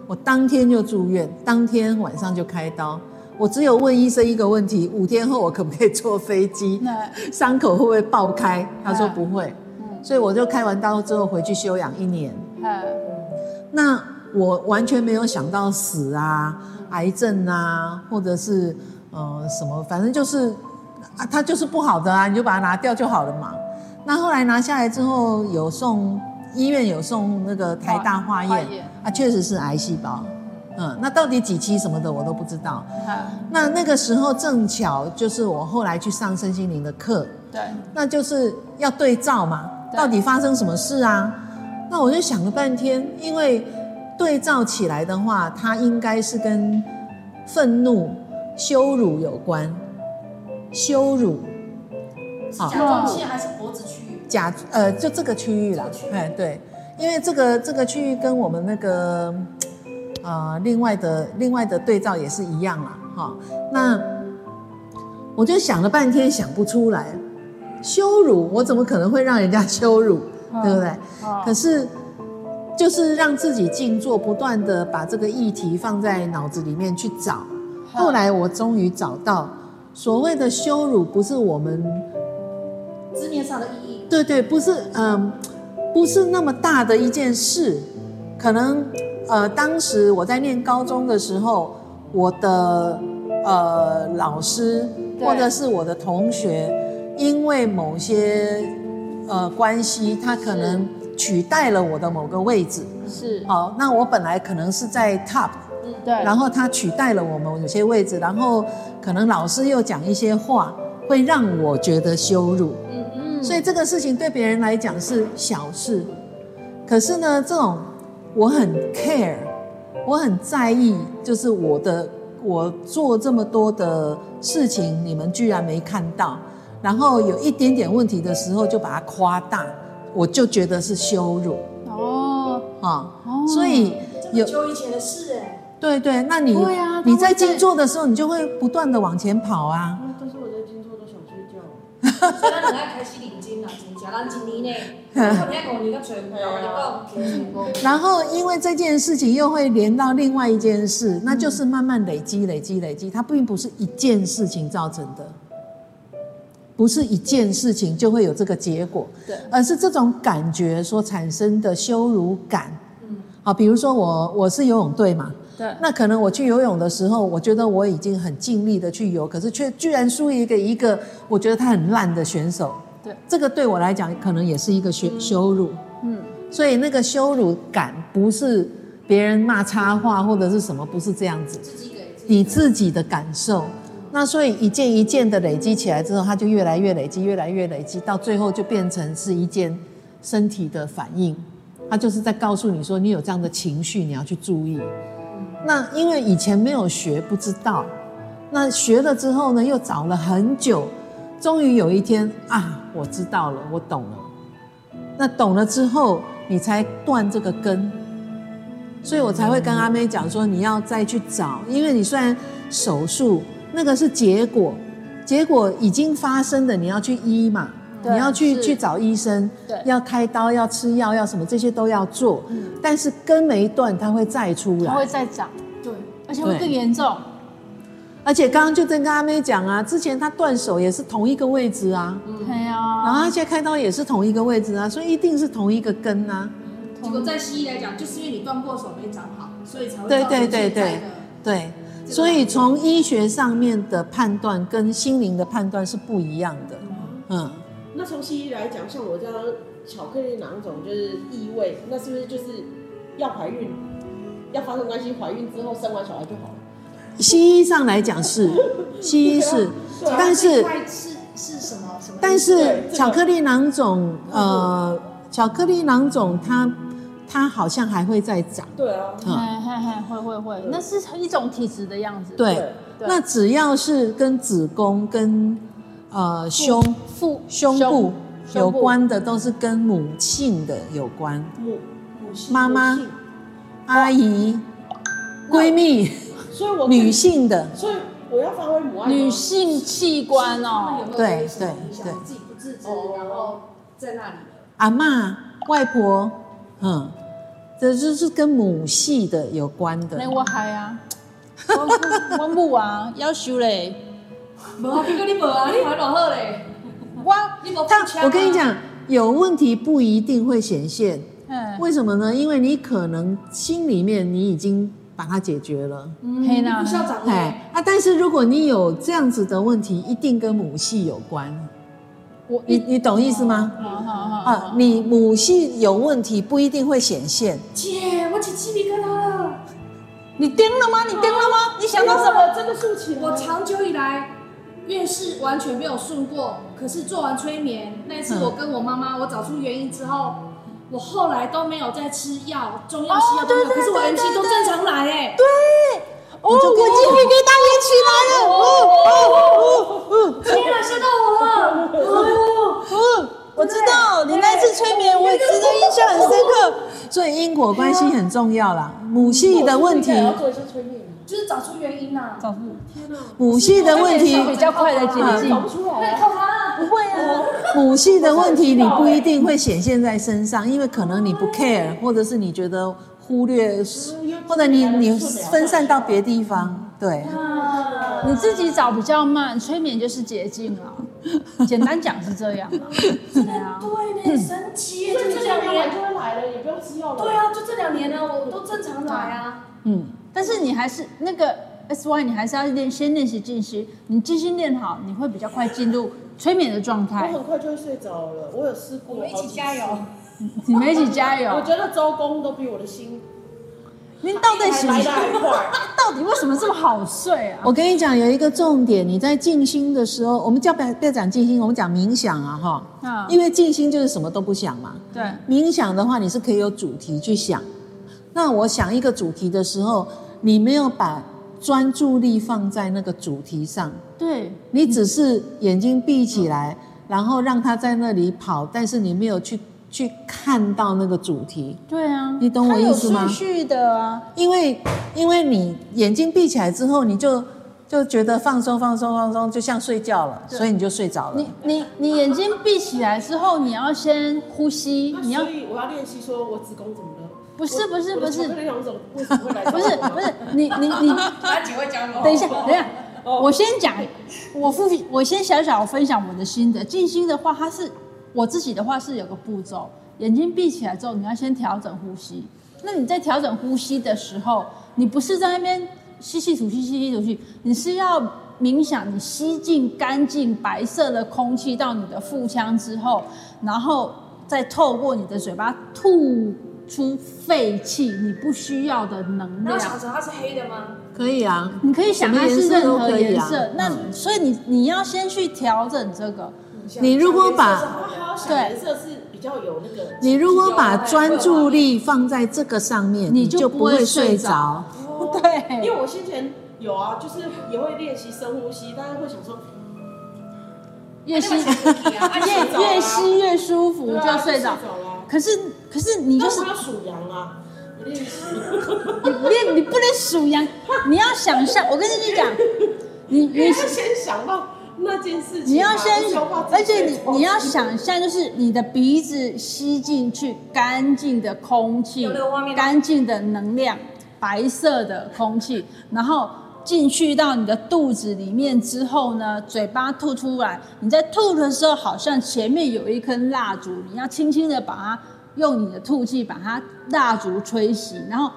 S2: 我当天就住院，当天晚上就开刀。我只有问医生一个问题：五天后我可不可以坐飞机？
S1: 那
S2: 伤口会不会爆开？他说
S1: 嗯
S2: 不会。
S1: 嗯
S2: 所以我就开完刀之后回去休养一年。
S1: 呃
S2: 那我完全没有想到死啊、癌症啊，或者是呃什么，反正就是啊，它就是不好的啊，你就把它拿掉就好了嘛。那后来拿下来之后，有送医院有送那个台大化
S1: 化
S2: 验
S1: 验
S2: 啊，确实是癌细胞。嗯，那到底几期什么的我都不知道。
S1: 呃
S2: 那那个时候正巧就是我后来去上身心灵的课，
S1: 对，
S2: 那就是要对照嘛，
S1: 对
S2: 到底发生什么事啊？那我就想了半天，因为对照起来的话，它应该是跟愤怒、羞辱有关，羞辱，
S3: 甲状腺还是脖子区域？
S2: 甲呃，就这个区域啦
S3: 这个区，域
S2: 哎对，因为这个这个区域跟我们那个呃另外的另外的对照也是一样啦，哈、那我就想了半天想不出来，羞辱我怎么可能会让人家羞辱，
S1: 嗯
S2: 对不对？
S1: 哦
S2: 可是就是让自己静坐，不断的把这个议题放在脑子里面去找。
S3: 嗯
S2: 后来我终于找到，所谓的羞辱不是我们
S3: 字面上的意义，
S2: 对对，不是嗯、不是那么大的一件事。可能呃，当时我在念高中的时候，我的呃老师
S1: 对
S2: 或者是我的同学，因为某些呃关系，他可能取代了我的某个位置。
S1: 是，
S2: 好，那我本来可能是在 top
S3: 嗯
S1: 对，
S2: 然后他取代了我们有些位置，然后可能老师又讲一些话，会让我觉得羞辱。嗯嗯。所以这个事情对别人来讲是小事，可是呢，这种我很 care，我很在意，就是我的我做这么多的事情，你们居然没看到，然后有一点点问题的时候就把它夸大，我就觉得是羞辱
S1: 哦，
S2: 啊。
S1: 哦
S2: 所以有
S3: 久以前的事哎，
S2: 对对，那你
S1: 对啊他
S2: 你
S1: 会
S2: 在
S1: 在
S2: 静坐的时候，你就会不断的往前跑啊。
S4: 啊，但是我在静坐都想睡觉。
S3: 所以咱两个开始认真啦，真正咱一年呢，我听五年到找有，我跟你讲，真成功。
S2: 然后，因为这件事情又会连到另外一件
S1: 嗯
S2: 事，那就是慢慢累积、累积、累积，它并不是一件事情造成的，不是一件事情就会有这个结果，
S1: 对
S2: 而是这种感觉所产生的羞辱感。嗯，好，比如说我我是游泳队嘛，
S1: 对
S2: 那可能我去游泳的时候，我觉得我已经很尽力的去游，可是却居然输一个一个我觉得他很烂的选手，
S1: 对，
S2: 这个对我来讲可能也是一个羞羞辱。
S1: 嗯，
S2: 所以那个羞辱感不是别人骂插话或者是什么，不是这样子，
S3: 自己给自己
S2: 你自己的感受。那所以一件一件的累积起来之后，它就越来越累积，越来越累积，到最后就变成是一件身体的反应。它就是在告诉你说，你有这样的情绪，你要去注意。那因为以前没有学，不知道。那学了之后呢，又找了很久，终于有一天啊，我知道了，我懂了。那懂了之后，你才断这个根。所以我才会跟阿妹讲说，你要再去找，因为你虽然手术那个是结果，结果已经发生的，你要去医嘛，
S1: 对
S2: 你要去
S1: 是
S2: 去找医生
S1: 对，嗯
S2: 要开刀，要吃药，要什么这些都要做。但是根没断，它会再出
S1: 它会
S2: 来。
S1: 再长，
S3: 对，
S1: 而且会
S2: 对
S1: 更严重。
S2: 而且刚刚就跟阿妹讲啊，之前她断手也是同一个位置啊，
S1: 对
S2: 然后
S1: 呀，
S2: 她现在开刀也是同一个位置啊，所以一定是同一个根啊。
S3: 结果在西医来讲，就是因为你断过手没长好，所以才会
S2: 对
S3: 造
S2: 对
S3: 成
S2: 对
S3: 现
S2: 对
S3: 在的
S2: 对，
S3: 这个
S2: 所
S3: 很
S2: 以
S3: 重
S2: 从医学上面的判断跟心灵的判断是不一样的。嗯，
S4: 那从西医来讲，像我这样巧克力囊肿就是异味，那是不是就是要怀孕，要发生关系，怀孕之后生完小孩就好了？
S2: 西医上来讲是，西医是，
S4: 对啊
S2: 但
S3: 这一
S2: 是
S3: 块是是什么什么意思？
S2: 但
S4: 对
S2: 是
S4: 这个
S2: 巧克力囊肿，呃，巧克力囊肿它它好像还会再长。
S4: 对啊，
S1: 嘿
S2: 嗯，
S1: 嘿嘿，会会会，那是一种体质的样子。
S2: 对，
S1: 对
S2: 那只要是跟子宫跟呃胸
S1: 腹
S2: 胸部
S1: 胸
S2: 有
S1: 部哦
S2: 关的，都是跟母性的有关，
S4: 母母性
S2: 妈妈
S4: 母性
S2: 阿姨、闺蜜、
S4: 所以 我
S2: 女，性的。
S4: 所以我要发挥母爱吗
S1: 女性器官哦，
S2: 对
S3: 对
S2: 对
S3: 对，自己不自知，
S4: 哦
S3: 然后在那里
S2: 阿嬷、外婆，嗯，这就是跟母系的有关的
S1: 那。我还啊，我我母啊，要求嘞，
S3: 无啊，你讲你无啊，你还落好嘞，
S1: 我
S3: 你无
S2: 但我跟你，讲，有问题不一定会显现，
S1: 嗯，
S2: 为什么呢？因为你可能心里面你已经把它解决了，
S1: 黑
S3: 你
S1: 娜
S3: 不，校长嘞，
S2: 哎啊，但是如果你有这样子的问题，一定跟母系有关。
S1: 我
S2: 你你懂意思吗？
S1: 好好好
S2: 啊，你母系有问题不一定会显现，
S3: 姐，我起鸡皮疙瘩了，
S1: 你盯了吗？你盯了吗？你想到什么？
S4: 哇真的啊竖起来
S3: 我长久以来。月事完全没有顺过，可是做完催眠那一次，
S2: 嗯
S3: 我跟我妈妈，我找出原因之后，我后来都没有再吃药，中药
S1: 哦
S3: 西药都没有，
S1: 对对
S3: 可是我
S1: 对
S3: M
S1: 对
S3: C 都
S1: 对
S3: 正常来哎、
S1: 哦，我鸡皮疙瘩也起来了，哦哦哦
S3: 天啊，吓到我了！哎
S2: 嗯，
S1: 哦我知道你那次催眠，我也真的印象很深刻。
S2: 所以因果关系很重要啦。母系的问题
S4: 我，是不是应该也要做一些催眠啊
S3: 呦，就是找出原因呐、啊，
S1: 早知
S4: 天哪，
S2: 母系的问题
S1: 比较快的
S2: 啊
S1: 解
S4: 找不
S1: 禁，
S4: 出
S3: 太
S4: 来啊，
S3: 可怕了！
S1: 不会啊，
S2: 母系的问题，你不一定会显现在身上，因为可能你不 care，或者是你觉得忽略，或者你你分散到别地方。对，
S1: 你自己找比较慢，催眠就是捷径 啊。简单讲是这样啊，对啊。
S3: 对呢，神奇耶！
S4: 所
S3: 就
S4: 以
S3: 这
S4: 这
S3: 两
S4: 两个完
S3: 年，
S4: 就会来了，也不用吃药了。
S3: 对，啊，就这两年呢，我都正常来啊。
S2: 嗯，
S1: 但是你还是那个 S Y，你还是要练，先练习静心。你静心练好，你会比较快进入催眠的状态
S4: 我。很快就会睡着了，我有试过，
S3: 我们一起加油。
S1: 你们一起加
S4: 我
S1: 油！
S4: 觉得周公都比我 的心
S1: 您到底喜不
S4: 还来
S1: 喜
S4: 得？哦 还快。
S1: 到底为什么这么好睡啊？
S2: 我跟你讲，有一个重点，你在静心的时候，我们叫不要不要讲静心，我们讲冥想啊，哈
S1: 嗯，
S2: 因为静心就是什么都不想嘛。
S1: 对，
S2: 冥想的话，你是可以有主题去想。那我想一个主题的时候，你没有把专注力放在那个主题上，
S1: 对，
S2: 你只是眼睛闭起来，然后让它在那里跑，但是你没有去去看到那个主题，
S1: 对啊。
S2: 你懂我意思吗
S1: 它有顺序的啊，
S2: 因为因为你眼睛闭起来之后，你就
S5: 就觉得放松放松放松，就像睡觉了，
S1: 对
S5: 所以你就睡着了
S1: 你。你你眼睛闭起来之后，你要先呼吸，你
S4: 那
S1: 要
S4: 所以我要练习说我子宫怎么了？
S1: 不是
S4: 我
S1: 不是
S4: 我的
S1: 不是
S4: 巧克力红怎么为什么会来找
S1: 不是
S4: 我
S1: 不是你你你，
S3: 他只会讲我。
S1: 等一下等一下，我先讲，我复我先小小分享我的心得。静心的话，它是我自己的话是有个步骤，眼睛闭起来之后，你要先调整呼吸。那你在调整呼吸的时候，你不是在那边吸气吐气吸气吐气，你是要冥想你吸进干净白色的空气到你的腹腔之后，然后再透过你的嘴巴吐出废气，你不需要的能量
S3: 那我。想说他是黑的吗？
S2: 可以啊，
S1: 你可以想它是任何颜色，
S2: 什么颜色都可以啊
S1: 那、所以你你要先去调整这个，
S2: 你如果把
S4: 好好想颜色是比较有那个，
S2: 你如果把专注力放在这个上面，
S1: 你
S2: 你
S1: 就
S2: 就
S1: 不
S2: 不
S1: 会
S2: 会
S1: 睡
S2: 睡
S1: 着
S2: 着。
S4: 哦
S1: 对
S4: 因为我先前有啊，就是也会练习深呼吸，但是会想说
S1: 越吸
S4: 睡着
S1: 越
S4: 啊
S1: 越吸越舒服
S4: 对啊
S1: 就睡着
S4: 就睡。着了。
S1: 可是可是你就
S4: 但
S1: 是
S4: 是要数羊啊，我练习。
S1: 你你你不能数羊，你要想象。我跟你讲，你
S4: 你
S1: 你
S4: 要先想到那件事情啊，
S1: 你要先
S4: 不是要把，自
S1: 而
S4: 己
S1: 且你
S4: 睡着
S1: 你要想象，就是你的鼻子吸进去干净的空气
S3: 有那个画面，吗
S1: 干净的能量，白色的空气，然后进去到你的肚子里面之后呢，嘴巴吐出来。你在吐的时候，好像前面有一根蜡烛，你要轻轻的把它用你的吐气把它蜡烛吹熄，然后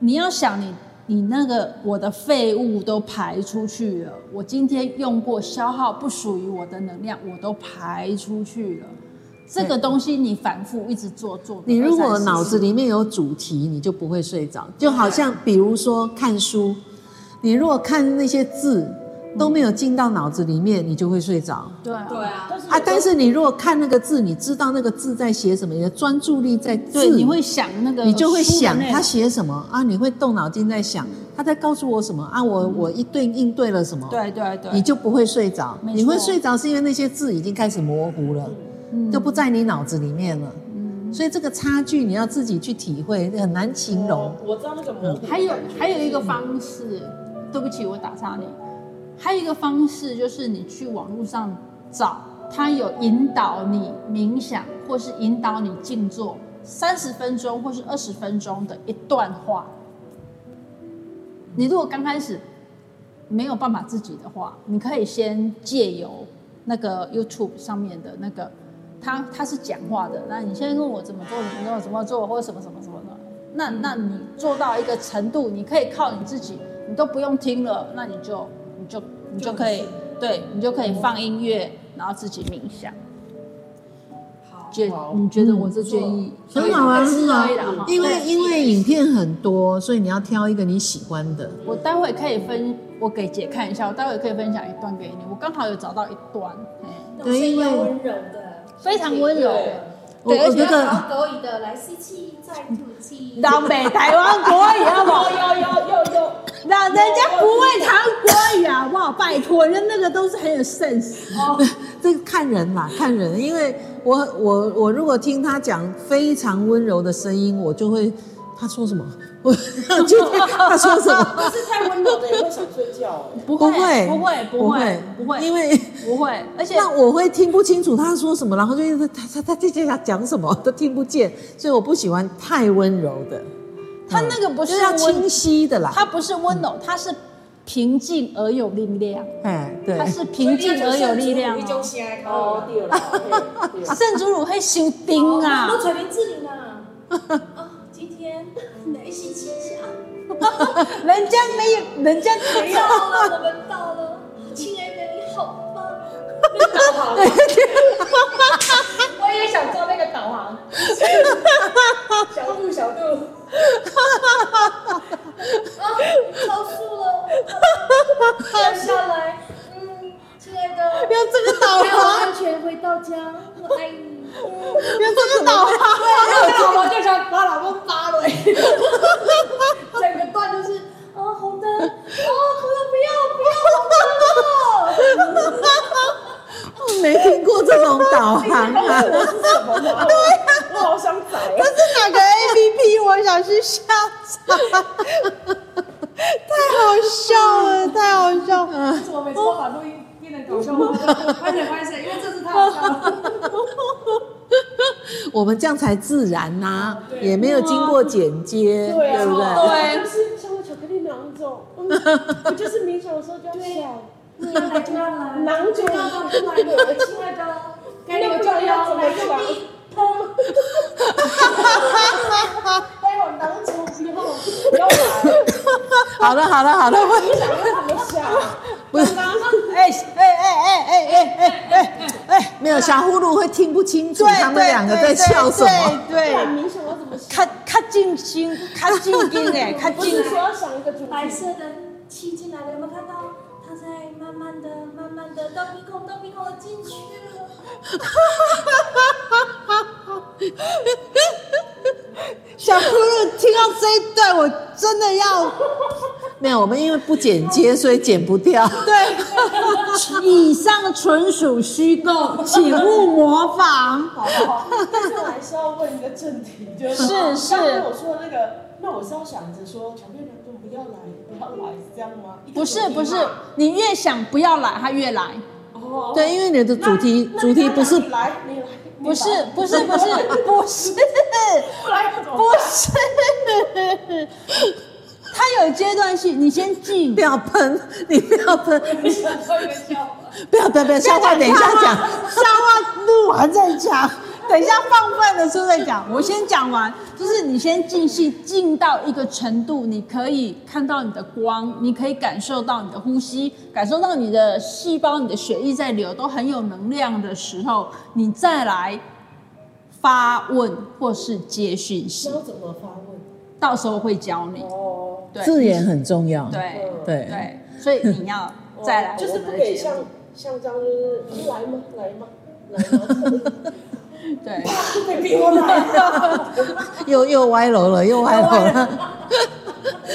S1: 你要想你你那个我的废物都排出去了，我今天用过消耗不属于我的能量，我都排出去了。这个东西你反复一直做做，
S2: 你如果
S1: 做
S2: 脑子里面有主题，你就不会睡着。就好像比如说看书，你如果看那些字都没有进到脑子里面，你就会睡着。
S1: 对啊
S3: 对啊，
S4: 但是
S2: 啊，但是你如果看那个字，你知道那个字在写什么，你的专注力在字，
S1: 对，你会想那个，
S2: 你就会想他。写什么啊，你会动脑筋在想他在告诉我什么啊，我我一对应对了什么，
S1: 嗯对对对，
S2: 你就不会睡着。
S1: 没错
S2: 你会睡着是因为那些字已经开始模糊了，
S1: 嗯
S2: 就不在你脑子里面了。所以这个差距你要自己去体会，很难形容
S1: 哦
S4: 我。我知道那个模糊。
S1: 嗯还有还有一个方式，对不起，我打岔你。还有一个方式就是你去网络上找，它有引导你冥想，或是引导你静坐三十分钟或是二十分钟的一段话。你如果刚开始没有办法自己的话，你可以先借由那个 YouTube 上面的那个，他他是讲话的，那你先问我怎么做，怎么做，怎么做，或者什么什么什么的。那
S2: 嗯
S1: 那你做到一个程度，你可以靠你自己，你都不用听了，那你就你就你就可以，对你就可以
S2: 哦
S1: 放音乐，然后自己冥想。
S3: 好，
S1: 觉
S4: 好
S1: 你觉得我这建议
S2: 很好啊，很好
S1: 可以啦哈
S2: 啊，因为
S1: 对
S2: 因为影片很多，所以你要挑一个你喜欢的。
S1: 我待会可以分，我给姐看一下，我待会可以分享一段给你。我刚好有找到一段，哎，
S3: 那种声音要温柔的，
S1: 非常温柔
S4: 对
S1: 的。
S2: 我
S1: 对，而
S2: 我
S1: 且
S2: 觉
S3: 要
S2: 得
S3: 好狗语的来吸气，再吐气。
S1: 当北台湾国
S4: 啊
S1: 语好不好？
S4: 有有啊有有有。
S1: 让人家不会谈国语
S2: 啊
S1: 好不好？拜托，人家那个都是很有 sense。
S2: 这个看人啦，看人，因为我我我如果听他讲非常温柔的声音，我就会他说什么，我就他说什么。
S4: 但是太温柔的也会想睡觉哎、
S1: 不
S2: 不
S1: 会，
S2: 会，
S1: 不会，不会，不会，
S2: 因为
S1: 不会，而且
S2: 那我会听不清楚他说什么，然后就一直他他他他他讲什么都听不见，所以我不喜欢太温柔的，
S1: 他那个不
S2: 嗯就是是要
S1: 温
S2: 清，嗯晰的啦。
S1: 他不是温柔，他是平静而有力量，
S2: 哎，对
S1: 他，是平静而有力量
S3: 一
S1: 哦
S3: 种。声音
S4: 哦，
S3: 哦，
S4: 对了，对了
S1: 圣主乳会修丁啊
S2: 哦
S3: 都，传名志玲啊。啊，今天来吸气一下，
S1: 人家没有，人家没有
S3: 到了，我们到了，亲爱的，你好棒。我也想做那个导航，小度小度，啊，超速了，要下来，嗯，亲爱 的，
S2: 要这个导
S3: 还好
S1: 啊
S2: 航，
S3: 安全回到家，我爱你。
S2: 要这个导航，
S3: 我老婆就想把老公扒了，整个段就是啊红灯，啊红灯不要不要红灯了，
S2: 没听过这种导航
S4: 告
S2: 啊
S4: 诉！我是什么吗？对我好想找哎、
S2: 这是哪个 A P P？我想去下载。
S6: 笑了，太好笑了。
S3: 但是我每次都把录音变得搞笑，我就快点关系，因为这是太好笑了。
S2: 我们这样才自然呐、
S3: 对
S2: 也没有经过剪接，
S4: 对啊，
S2: 不
S1: 对
S2: 对？
S4: 我就是像我巧克力囊肿，嗯我就是冥想的时候就要想，
S3: 要来就要来，
S4: 囊肿
S3: 就要来
S4: 啊
S3: 就来，我亲爱的，该你们就要来个逼砰！
S4: 哎呦，囊肿以后不要来，
S2: 好了好了好了，
S4: 你想要怎么想？
S6: 哎哎哎哎哎哎哎哎哎，
S2: 没有小呼噜会听不清楚
S6: 对，
S2: 他们两个在笑什么。？
S6: 对对，
S4: 来冥想要怎么想？
S6: 看看静心，看静心 哎，看
S4: 不
S6: 静
S4: 是。说要想一个主
S3: 白
S4: 题，
S3: 色的气进来了，有没有看到？它在慢慢的、慢慢的到鼻孔、到鼻孔进去了。
S6: 小葫芦听到这一段，我真的要
S2: 没有，我们因为不剪接，所以剪不 掉。
S6: 对，以上纯属虚构，请勿模仿。
S4: 好不好？但是我还是要问一个正题， 就是
S6: 是是
S4: 刚刚我说的那个，那我是要想着说巧克力囊肿不要来，不要来，是这样吗？一个
S1: 不是
S4: 主题
S1: 不是
S4: 嘛，
S1: 你越想不要来，他越来。
S4: 哦，
S2: 对，因为你的主题
S4: 那
S2: 主题不是
S4: 你来，你来，你
S1: 不是
S4: 来
S1: 不是不是不 是
S4: 不来要怎么
S1: 不是， 他有阶段性，你先静
S2: 不。要喷，你不要喷，
S3: 你想到一个笑话，
S2: 不要不要不要，笑话等一下 讲。
S6: 笑话录完再讲，等一下放饭的时候再讲。
S1: 我先讲完，就是你先静心，静到一个程度，你可以看到你的光，你可以感受到你的呼吸，感受到你的细胞、你的血液在流，都很有能量的时候，你再来发问或是接讯息
S4: 那，要怎么发问？
S1: 到时候会教你。
S4: 哦，
S1: 对，
S2: 字眼很重要。
S1: 对
S2: 对
S1: 对，所以你要再来我们的节目，
S4: 就是不给像像这样就是来吗？来 吗？ 来吗？
S1: 对。
S4: 被逼我来。
S2: 又又歪楼了，又歪楼了。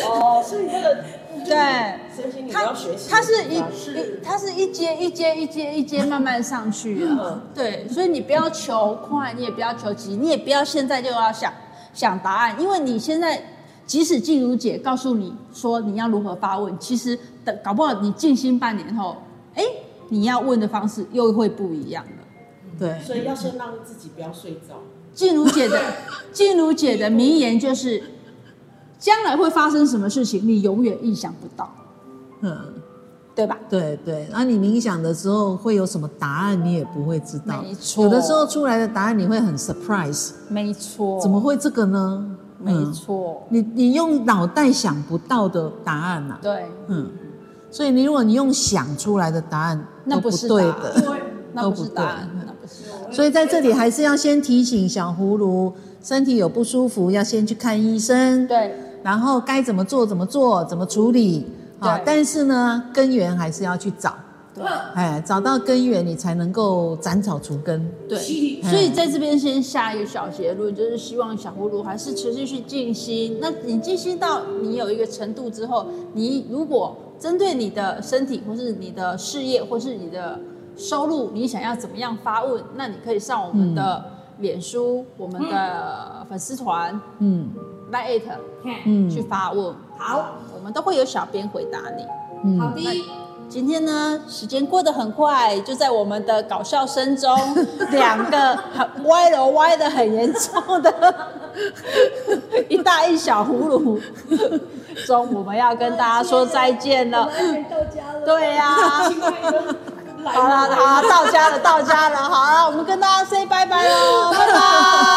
S4: 哦，所以这个
S1: 对，
S4: 身心灵
S1: 它
S4: 要学习，
S1: 它是一
S4: 是
S1: 一它是一阶一阶一阶一阶慢慢上去的
S4: 嗯，
S1: 对，所以你不要求快，你也不要求急，你也不要现在就要想想答案，因为你现在即使静茹姐告诉你说你要如何发问，其实等搞不好你静心半年后，哎，你要问的方式又会不一样的。
S2: 对，
S4: 所以要先让自己不要睡着。
S1: 静茹姐的静茹姐的名言就是：将来会发生什么事情，你永远意想不到，
S2: 嗯，
S1: 对吧？
S2: 对对。那你冥想的时候会有什么答案，你也不会知道。
S1: 没错
S2: 有的时候出来的答案你会很 surprise，
S1: 没错，
S2: 怎么会这个呢？
S1: 没
S2: 嗯，
S1: 错，
S2: 你你用脑袋想不到的答案呐、
S1: 对，
S2: 嗯，所以你如果你用想出来的答案，
S1: 那
S2: 都
S1: 不
S2: 不
S1: 是
S2: 对
S1: 答
S2: 的
S1: 案。 那
S2: 都
S1: 不
S2: 不
S1: 是
S2: 对
S1: 答案，那不是答案。
S2: 所以在这里还是要先提醒小葫芦，身体有不舒服要先去看医生，
S1: 对，
S2: 然后该怎么做怎么做，怎么处理啊
S1: 对？
S2: 但是呢，根源还是要去找，
S1: 对
S2: 哎，找到根源你才能够斩草除根。
S1: 对，所以在这边先下一个小结论，就是希望小葫芦还是持续去静心。那你静心到你有一个程度之后，你如果针对你的身体，或是你的事业，或是你的收入，你想要怎么样发问，那你可以上我们的脸书、我们的粉丝团、
S2: 嗯
S1: Line 去
S2: 嗯
S1: 发问，
S3: 好，
S1: 我们都会有小编回答你。
S3: 好
S2: 嗯，
S3: 的，
S1: 今天呢，时间过得很快，就在我们的搞笑声中，两个很歪楼歪的很严重的 一大一小葫芦中，我们要跟大家说再见
S3: 我
S1: 了
S3: 们。安全到家了。
S1: 对呀、
S4: 亲爱的，来
S1: 好
S4: 吧
S1: 啦，好啦，到家了，到家了，好啦，我们跟大家 say 拜拜喽，拜拜。